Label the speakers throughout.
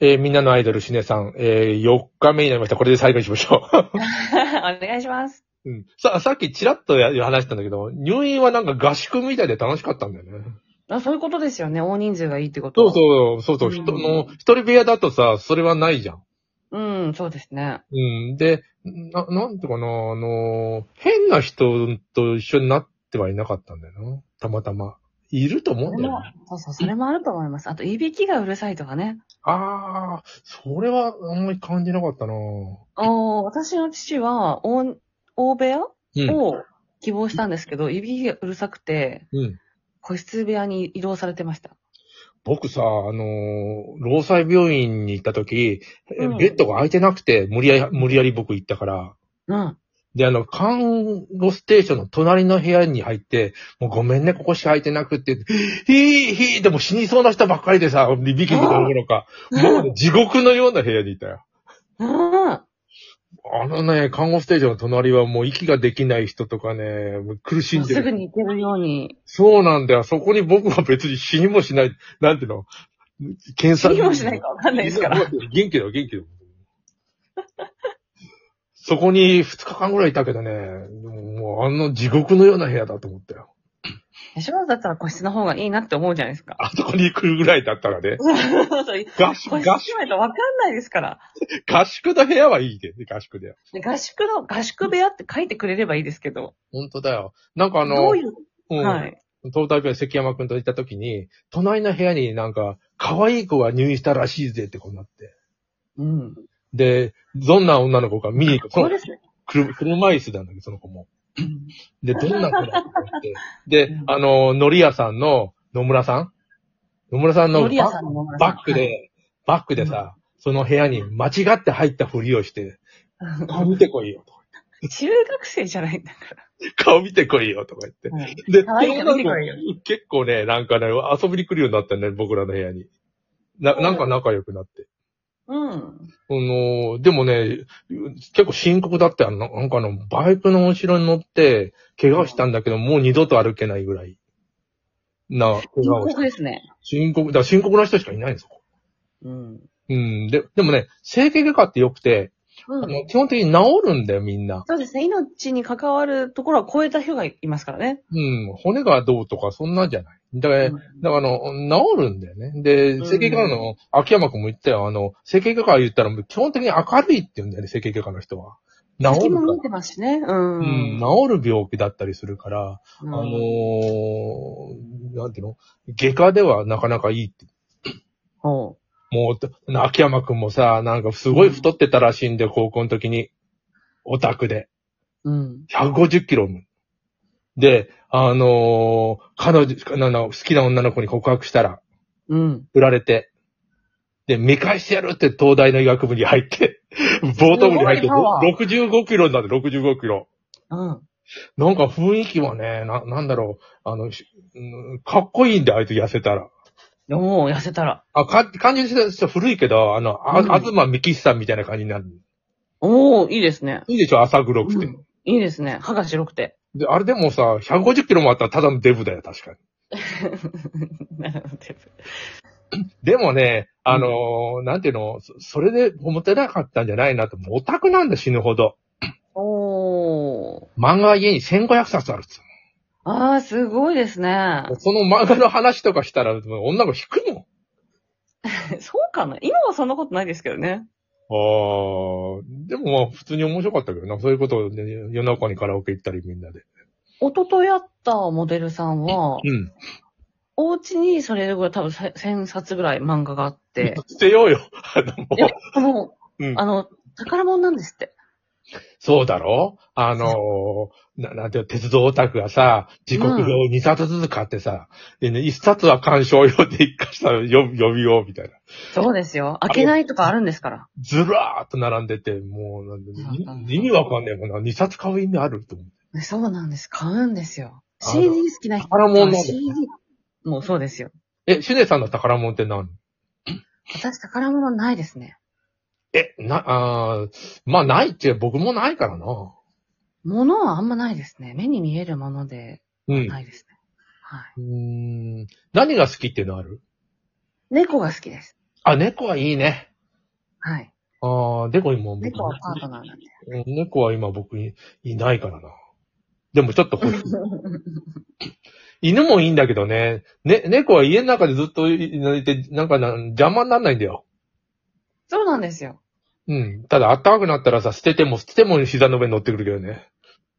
Speaker 1: えーみんなのアイドル、しねさん、えー4日目になりました。これで最後にしましょ
Speaker 2: お願いします。
Speaker 1: う。うん。さあ、さっきちらっとや話したんだけど、入院はなんか合宿みたいで楽しかったんだよね。
Speaker 2: あそういうことですよね。大人数がいいってこと
Speaker 1: そうそう、そうそう、人の、一人部屋だとさ、それはないじゃん。
Speaker 2: う。うん、そうですね。
Speaker 1: うん。で、な、なんていうかな、あのー、変な人と一緒になってはいなかったんだよな。たまたま。いると思うんだよね。
Speaker 2: そうそう、それもあると思います。あと、いびきがうるさいとかね。
Speaker 1: ああ、それはあんまり感じなかったな
Speaker 2: あー私の父は、大、大部屋
Speaker 1: うん。
Speaker 2: を希望したんですけど、いびきがうるさくて、
Speaker 1: うん。
Speaker 2: 個室部屋に移動されてました。
Speaker 1: 僕さ、あのー労災病院に行った時、え
Speaker 2: うん
Speaker 1: ベッドが空いてなくて、無理やり、無理やり僕行ったから。
Speaker 2: うん。
Speaker 1: で、あの、看護ステーションの隣の部屋に入って、もうごめんね、ここしか空いてなくって、ひーひーでも死にそうな人ばっかりでさ、ビビキどころか、もうね地獄のような部屋にいたよ。
Speaker 2: うん。
Speaker 1: あのね、看護ステーションの隣はもう息ができない人とかね、もう苦しんです
Speaker 2: ぐ
Speaker 1: る。
Speaker 2: に行けるように。
Speaker 1: そうなんだよ。そこに僕は別に死にもしない、なんていうの検査。
Speaker 2: 何もしないかわかんないですから。
Speaker 1: 元気だよ、元気だよ。そこに2日間ぐらいいたけどね、もうあの地獄のような部屋だと思ったよ。
Speaker 2: しばらくだったら個室の方がいいなって思うじゃないですか。
Speaker 1: あそこに来るぐらいだったらね。
Speaker 2: そう
Speaker 1: 合宿、
Speaker 2: 個室
Speaker 1: 合宿、
Speaker 2: じゃないとわかんないですから。
Speaker 1: 合宿の部屋はいいけどね、合宿で。
Speaker 2: で合宿の、合宿部屋って書いてくれればいいですけど。
Speaker 1: 本当だよ。なんかあの、
Speaker 2: どういう、
Speaker 1: うん
Speaker 2: はい。
Speaker 1: 東大病院関山くんと行った時に、隣の部屋になんか、可愛い子が入院したらしいぜってことになって。
Speaker 2: うん。
Speaker 1: で、どんな女の子か見に行く。そ
Speaker 2: そう
Speaker 1: の
Speaker 2: ですね。
Speaker 1: 車車椅子なんだけど、その子も。
Speaker 2: うん
Speaker 1: で、どんな子だ って言って。で
Speaker 2: う、ん
Speaker 1: あの、のり屋さんの野村さん野村さんの
Speaker 2: のり屋
Speaker 1: バ
Speaker 2: さんの野村さん
Speaker 1: バック。で、バックでさ、その部屋に間違って入ったふりをして、
Speaker 2: はい
Speaker 1: 顔見てこいよ、とか
Speaker 2: 中学生じゃないん だか
Speaker 1: 言って。顔見てこいよ、とか言って。
Speaker 2: ら。
Speaker 1: で、
Speaker 2: 可愛いから見てくれよ
Speaker 1: 結構ね、なんかね、遊びに来るようになったね、僕らの部屋に。な、なんか仲良くなって。
Speaker 2: うん。
Speaker 1: あのーでもね、結構深刻だって、あのなんかあの、バイクの後ろに乗って、怪我したんだけど、もう二度と歩けないぐらい。な、怪我を
Speaker 2: 深刻ですね。
Speaker 1: 深刻、だから深刻な人しかいないんですよ。
Speaker 2: うん。
Speaker 1: うん、で、でもね、整形外科って良くて、
Speaker 2: う
Speaker 1: あ
Speaker 2: ん。
Speaker 1: の基本的に治るんだよ、みんな。
Speaker 2: そうですね。命に関わるところは超えた人がいますからね。
Speaker 1: うん、骨がどうとか、そんなんじゃない。だから、だから、あの、治るんだよね。で、
Speaker 2: うん
Speaker 1: 整形外科の秋山君も言ったよ。あの、整形外科言ったら、基本的に明るいって言うんだよね、整形外科の人は。治
Speaker 2: 月
Speaker 1: る
Speaker 2: も
Speaker 1: か
Speaker 2: 見てますしね。う
Speaker 1: ら。
Speaker 2: ん。
Speaker 1: うん、治る病気だったりするから、
Speaker 2: うん
Speaker 1: あのーなんていうの外科ではなかなかいいって。
Speaker 2: ほう
Speaker 1: もう、秋山君もさ、なんかすごい太ってたらしいんだよ、高校の時に。オタクで。
Speaker 2: うん。
Speaker 1: 150キロも。で、あのー彼女、あの好きな女の子に告白したら、
Speaker 2: うん。
Speaker 1: 振られて、で、見返してやるって東大の医学部に入って、ボート部に入って、
Speaker 2: すごいパワー
Speaker 1: 65キロになって、65キロ。
Speaker 2: うん。
Speaker 1: なんか雰囲気はね、な、なんだろう、あの、しうんかっこいいんだよ、あいつ痩せたら。
Speaker 2: でももう痩せたら。
Speaker 1: あ、か、感じとしては古いけど、あの、あ、
Speaker 2: うん
Speaker 1: あずまみきしさんみたいな感じになる。
Speaker 2: おー、いいですね。
Speaker 1: いいでしょ、朝黒くて。
Speaker 2: うんいいですね。歯が白くて。
Speaker 1: で、あれでもさ、150キロもあったらただのデブだよ、確かに。
Speaker 2: なるほど。
Speaker 1: でもね、あのーなんていうの、そそれで思ってなかったんじゃないなと、もうオタクなんだ、死ぬほど。
Speaker 2: おー。
Speaker 1: 漫画は家に1500冊あるっつうの
Speaker 2: あー、すごいですね。
Speaker 1: その漫画の話とかしたら、女の子引くもん。
Speaker 2: そうかな今はそんなことないですけどね。
Speaker 1: ああ、でもまあ普通に面白かったけどな。そういうことをね、夜中にカラオケ行ったりみんなで。
Speaker 2: 一昨日あったモデルさんは、
Speaker 1: うん。
Speaker 2: お家にそれぐらい多分せ1000冊ぐらい漫画があって、
Speaker 1: 捨てようよ。あの、も
Speaker 2: いや、も
Speaker 1: うう
Speaker 2: う、
Speaker 1: ん
Speaker 2: あの、宝物なんですって。
Speaker 1: そうだろあのーな、なんていうの鉄道オタクがさ、時刻表を2冊ずつ買ってさ、でね、1冊は鑑賞用で1箇所読読みようみたいな。
Speaker 2: そうですよ。開けないとかあるんですから。
Speaker 1: ずらーっと並んでて、もうなんで
Speaker 2: うんうん
Speaker 1: 意味わかんないもんな。2冊買う意味あると思う。
Speaker 2: そうなんです。買うんですよ。
Speaker 1: あの
Speaker 2: CD 好きな人
Speaker 1: 宝物なんだよ
Speaker 2: CD。もうそうですよ。
Speaker 1: え、シュネさんの宝物って何
Speaker 2: 私宝物ないですね。
Speaker 1: え、な、あーまあないって僕もないからな。
Speaker 2: 物はあんまないですね。目に見えるもので、
Speaker 1: うん。
Speaker 2: ないですね。は
Speaker 1: う
Speaker 2: い。
Speaker 1: ーん何が好きっていうのある
Speaker 2: 猫が好きです。
Speaker 1: あ、猫はいいね。
Speaker 2: はい。
Speaker 1: ああ、猫今僕、
Speaker 2: 猫はパートナーなんで。
Speaker 1: うん猫は今僕いいないからな。でもちょっと 欲しい犬もいいんだけどね。ね、猫は家の中でずっといて、なんかな邪魔になんないんだよ。
Speaker 2: そうなんです よ。
Speaker 1: うん。ただ、あったかくなったらさ、捨てても捨てても膝の上に乗ってくるけどね。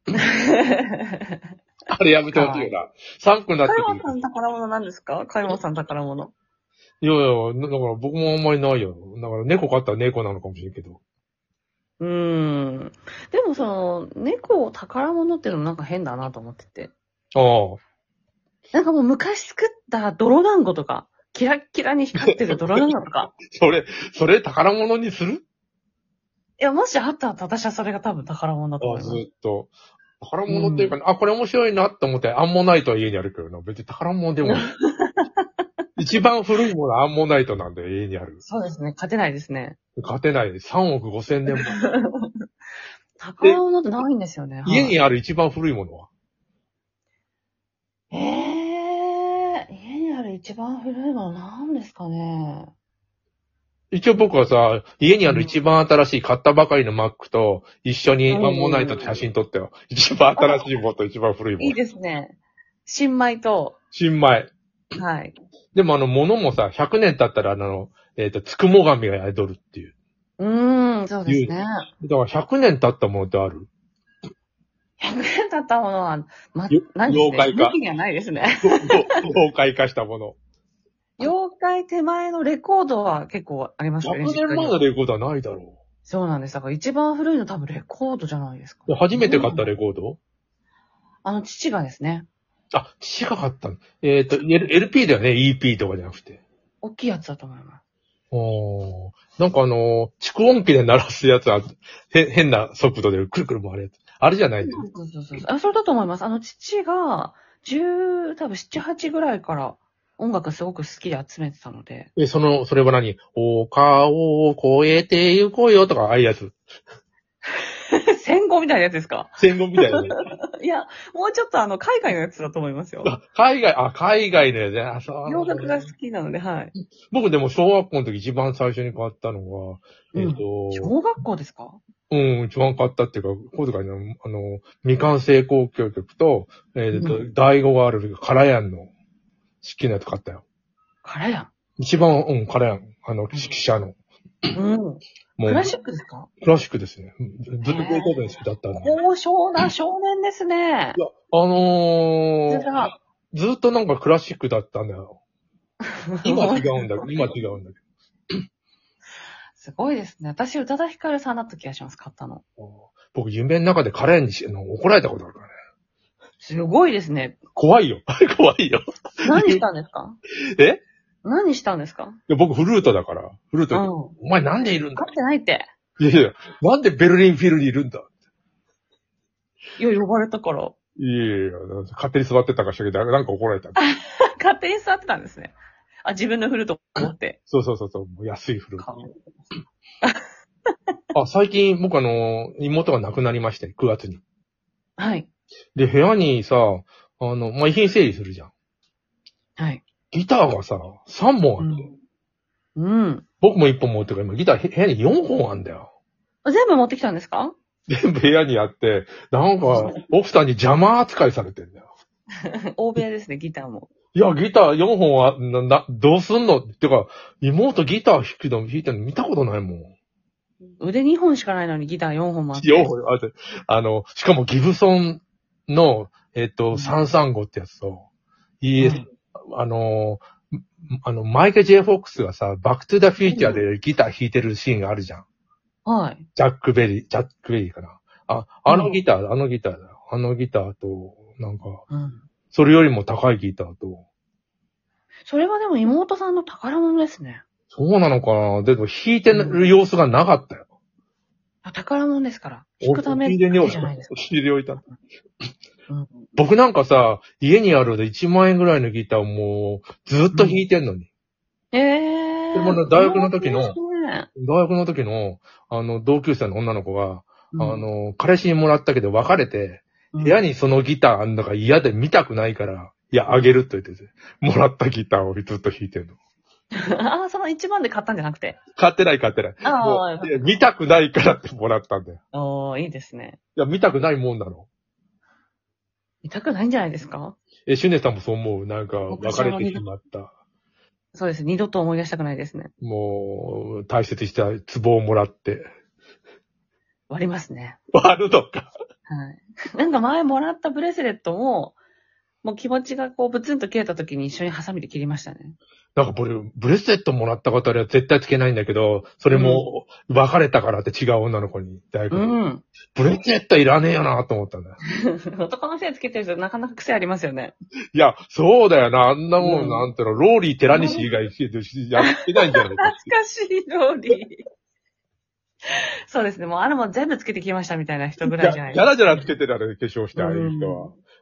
Speaker 1: あれやめてほしいよな。寒くなって
Speaker 2: 加
Speaker 1: く
Speaker 2: 山
Speaker 1: る
Speaker 2: さん宝物なんですか加山さん宝物。。
Speaker 1: いやいや、だから僕もあんまりないよ。だから猫飼ったら猫なのかもしれんけど。
Speaker 2: うーん。でもその、猫を宝物っていうのもなんか変だなと思ってて。
Speaker 1: ああ。
Speaker 2: なんかもう昔作った泥団子とか、キラッキラに光ってる泥団子と か。
Speaker 1: それ、それ宝物にする
Speaker 2: いや、もしあったら私はそれが多分宝物だと
Speaker 1: あ
Speaker 2: 思
Speaker 1: あ
Speaker 2: い
Speaker 1: ず
Speaker 2: ます。
Speaker 1: っと。宝物っていうか、あ、これ面白いなって思って、アンモナイトは家にあるけどな。別に宝物でもない。一番古いものはアンモナイトなんで家にある。
Speaker 2: そうですね。勝てないですね。
Speaker 1: 勝てない。3億5千年前。
Speaker 2: 宝物ってないんですよね。はい
Speaker 1: 家にある一番古いものは
Speaker 2: ええー、家にある一番古いのは何ですかね。
Speaker 1: 一応僕はさ、家にある一番新しい買ったばかりの Mac と一緒にアンモナイトと写真撮ったよ。一番新しいものと一番古いも
Speaker 2: いい
Speaker 1: の。
Speaker 2: ですね。新米と、
Speaker 1: 新米。
Speaker 2: はい。
Speaker 1: でもあの、物もさ、100年経ったらあの、えっ、と、つくもがみが宿るっていう。
Speaker 2: うーん、そうですね。
Speaker 1: だから100年経ったものってある
Speaker 2: 100年経ったものは、ま
Speaker 1: よ、
Speaker 2: 何です
Speaker 1: 妖怪か
Speaker 2: 武器がないですね。
Speaker 1: どどどう開花したもの。
Speaker 2: 妖怪手前のレコードは結構ありますよね。
Speaker 1: 100年前
Speaker 2: 実家
Speaker 1: の
Speaker 2: に
Speaker 1: レコードはないだろ
Speaker 2: そうなんです。だから一番古いの多分レコードじゃないですか
Speaker 1: う。。初めて買った
Speaker 2: うん
Speaker 1: レコード、
Speaker 2: あの、父がですね、
Speaker 1: あ、父が買ったの。えっ、と、L- LP だよね。EP とかじゃなくて。
Speaker 2: 大きいやつだと思います。
Speaker 1: おーなんかあのー蓄音機で鳴らすやつは、へ、変な速度でくるくる回るやつ。あれじゃないんだよ。
Speaker 2: そうそうそうそう。あ、それだと思います。あの、父が、十、多分七、八ぐらいから音楽すごく好きで集めてたので、
Speaker 1: え、その、それは何丘を越えて行こうよとか、ああいうやつ。
Speaker 2: 戦後みたいなやつですか
Speaker 1: 戦後みたいなね。
Speaker 2: いや、もうちょっとあの、海外のやつだと思いますよ。
Speaker 1: あ海外、あ、海外のやつね。あ、そう。
Speaker 2: 洋楽が好きなので、はい。
Speaker 1: 僕でも小学校の時一番最初に買ったのは、えっ、と、
Speaker 2: 小学校ですか
Speaker 1: うん、一番買ったっていうか、今回の、あの、未完成交響曲と、えっ、と、
Speaker 2: う
Speaker 1: 第五がある、カラヤンの、好きなやつ買ったよ。
Speaker 2: からや
Speaker 1: 一番、うん、カラヤン。あの、指揮者の。
Speaker 2: ん。うん。
Speaker 1: もう
Speaker 2: ク、ラシックですか
Speaker 1: クラシックですね。うんずっと高校生好きだったんで。
Speaker 2: 高尚な少年ですね。
Speaker 1: あ
Speaker 2: そ
Speaker 1: の
Speaker 2: れ
Speaker 1: ー、
Speaker 2: が、
Speaker 1: ずっとなんかクラシックだったんだよ。今違うんだけ ど、今違うんだけ
Speaker 2: すごいですね。私、宇多田ヒカルさんだった気がします、買ったの。
Speaker 1: ど。僕、夢の中でカラヤンにしあの怒られたことあるからね。
Speaker 2: すごいですね。
Speaker 1: 怖いよ。 怖いよ。
Speaker 2: 何したんですか
Speaker 1: え
Speaker 2: 何したんですか
Speaker 1: で僕、フルートだから。フルー
Speaker 2: う
Speaker 1: トに、
Speaker 2: ん。
Speaker 1: お前なんでいるんだ
Speaker 2: 買ってないって。
Speaker 1: いやいや、なんでベルリンフィルにいるんだ
Speaker 2: いや、呼ばれたから。
Speaker 1: いやいや、勝手に座ってたかしたけど、なんか怒られた。
Speaker 2: 勝手に座ってたんですね。あ、自分のフルと思って。
Speaker 1: そうそうそうそう、もう安いフルー
Speaker 2: 買
Speaker 1: ト。
Speaker 2: う
Speaker 1: あ、最近僕あの、妹が亡くなりまして、9月に。
Speaker 2: はい。
Speaker 1: で、部屋にさ、あの、まあ、遺品整理するじゃん。
Speaker 2: はい。
Speaker 1: ギターがさ、3本
Speaker 2: う
Speaker 1: あって。
Speaker 2: ん。うん。
Speaker 1: 僕も1本持ってるから、今ギターへ部屋に4本あんだよ。
Speaker 2: 全部持ってきたんで すか
Speaker 1: 全部部屋にあって、なんか、奥さんに邪魔扱いされてんだよ。
Speaker 2: 欧米ですね、ギターも。
Speaker 1: いや、ギター4本は、な、な、どうすんのってか、妹ギター弾くの、弾いてるの見たことないもん。
Speaker 2: 腕2本しかないのにギター4本もあって。
Speaker 1: 両方あって、あの、しかもギブソンの、えっ、
Speaker 2: うん
Speaker 1: と、335ってやつと、ES、あの、んあの、マイケル・ J ・フォックスがさ、バック・トゥ・ザ・フューチャーでギター弾いてるシーンがあるじゃん。
Speaker 2: はい。
Speaker 1: ジャック・ベリー、ジャック・ベリーかな。あ、あのギター、あのギターだよ。あのギターと、なんか、
Speaker 2: うん。
Speaker 1: それよりも高いギターと、
Speaker 2: それはでも妹さんの宝物ですね。
Speaker 1: そうなのかなでも弾いてる様子がなかったよ。
Speaker 2: あ宝物ですから。弾くため
Speaker 1: お
Speaker 2: だ
Speaker 1: 入れに
Speaker 2: け
Speaker 1: 置い
Speaker 2: じゃないですか。
Speaker 1: た。
Speaker 2: うん、
Speaker 1: 僕なんかさ、家にあるで1万円ぐらいのギターをもう、ずっと弾いてんのに。
Speaker 2: ええー。
Speaker 1: でもね大学の時の
Speaker 2: 宝物ですね
Speaker 1: 大学の時の、あの、同級生の女の子が、
Speaker 2: うん
Speaker 1: あの、彼氏にもらったけど別れて、
Speaker 2: うん
Speaker 1: 部屋にそのギターあんだから嫌で見たくないから、いや、あげると言ってて、もらったギターをずっと弾いてんの。
Speaker 2: ああ、その一番で買ったんじゃなくて。
Speaker 1: 買ってない買ってない。
Speaker 2: ああ
Speaker 1: もういや見たくないからってもらったんだよ。
Speaker 2: おー、いいですね。
Speaker 1: いや、見たくないもんなの。
Speaker 2: 痛くないんじゃないですか
Speaker 1: え、シュネさんもそう思う。なんか、別れてしまった。
Speaker 2: そうです。二度と思い出したくないですね。
Speaker 1: もう、大切にした壺をもらって。
Speaker 2: 割りますね。
Speaker 1: 割るのか。
Speaker 2: はい。 なんか前もらったブレスレットも、もう気持ちがこう、ブツンと切れた時に一緒にハサミで切りましたね。
Speaker 1: なんかこれ、ブレスレットもらった方には絶対つけないんだけど、それも、別れたからって違う女の子に、大学、
Speaker 2: うん。
Speaker 1: ブレスレットいらねえよなと思ったんだよ。
Speaker 2: 男のせいつけてる人、なかなか癖ありますよね。
Speaker 1: いや、そうだよな。あんなも、
Speaker 2: うんん
Speaker 1: なんていうの、ローリー寺西以外、やってないんじゃないか。
Speaker 2: 懐かしい料理。そうですね。もうあれも全部つけてきましたみたいな人ぐ
Speaker 1: い
Speaker 2: らい
Speaker 1: や、
Speaker 2: じゃない
Speaker 1: キャラじゃなくててだね、化粧して、ああいう人
Speaker 2: う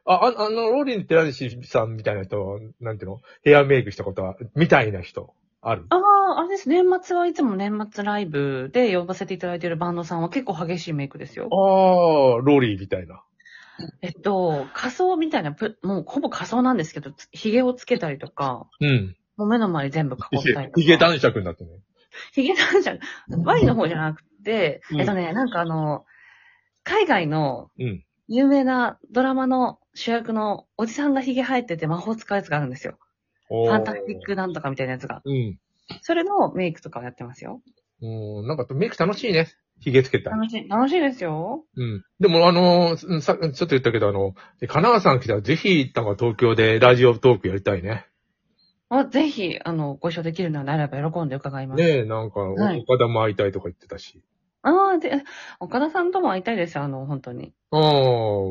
Speaker 1: は。あ、ああの、ローリン・テラニシさんみたいな人は、なんていうのヘアメイクしたことは、みたいな人、ある。
Speaker 2: ああ、あれです。年末はいつも年末ライブで呼ばせていただいているバンドさんは結構激しいメイクですよ
Speaker 1: あ。あ、ローリーみたいな。
Speaker 2: えっと、仮装みたいなプ、もうほぼ仮装なんですけど、つ髭をつけたりとか、
Speaker 1: うん。
Speaker 2: もう目の前に全部囲
Speaker 1: ヒ
Speaker 2: った
Speaker 1: ゲ
Speaker 2: りと、か。
Speaker 1: ヒゲ男爵になってね。
Speaker 2: ヒゲ男爵、ワイの方じゃなくて、
Speaker 1: うん
Speaker 2: えっとね、なんかあの、海外の
Speaker 1: うん
Speaker 2: 有名なドラマの主役のおじさんがヒゲ生えてて魔法使うやつがあるんですよ。
Speaker 1: お
Speaker 2: フ
Speaker 1: ー
Speaker 2: ァンタスティックなんとかみたいなやつが。
Speaker 1: うん。
Speaker 2: それのメイクとかをやってますよ。
Speaker 1: うん、なんかメイク楽しいね。ヒゲつけたり。
Speaker 2: 楽しい、楽しいですよ。
Speaker 1: うん。でもあのーうんさ、ちょっと言ったけど、あの、神奈川さん来たらぜひ、なんか東京でラジオトークやりたいね。
Speaker 2: あぜひ、あの、ご一緒できるのであれば喜んで伺います。
Speaker 1: ねえ、なんか、
Speaker 2: はい
Speaker 1: 岡田も会いたいとか言ってたし。
Speaker 2: ああ、で、岡田さんとも会いたいですよ、あの、本当に。
Speaker 1: ああ、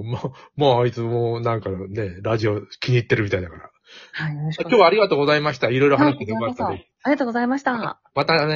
Speaker 1: まあ、まあ、あいつもなんかね、ラジオ気に入ってるみたいだから。
Speaker 2: はい、よろしくお
Speaker 1: 今日
Speaker 2: 願いし
Speaker 1: はありがとうございました。いろいろ
Speaker 2: ま
Speaker 1: 話
Speaker 2: す。
Speaker 1: してよかった
Speaker 2: は
Speaker 1: で
Speaker 2: いこちらこそ
Speaker 1: す。
Speaker 2: ありがとうございました。
Speaker 1: またね。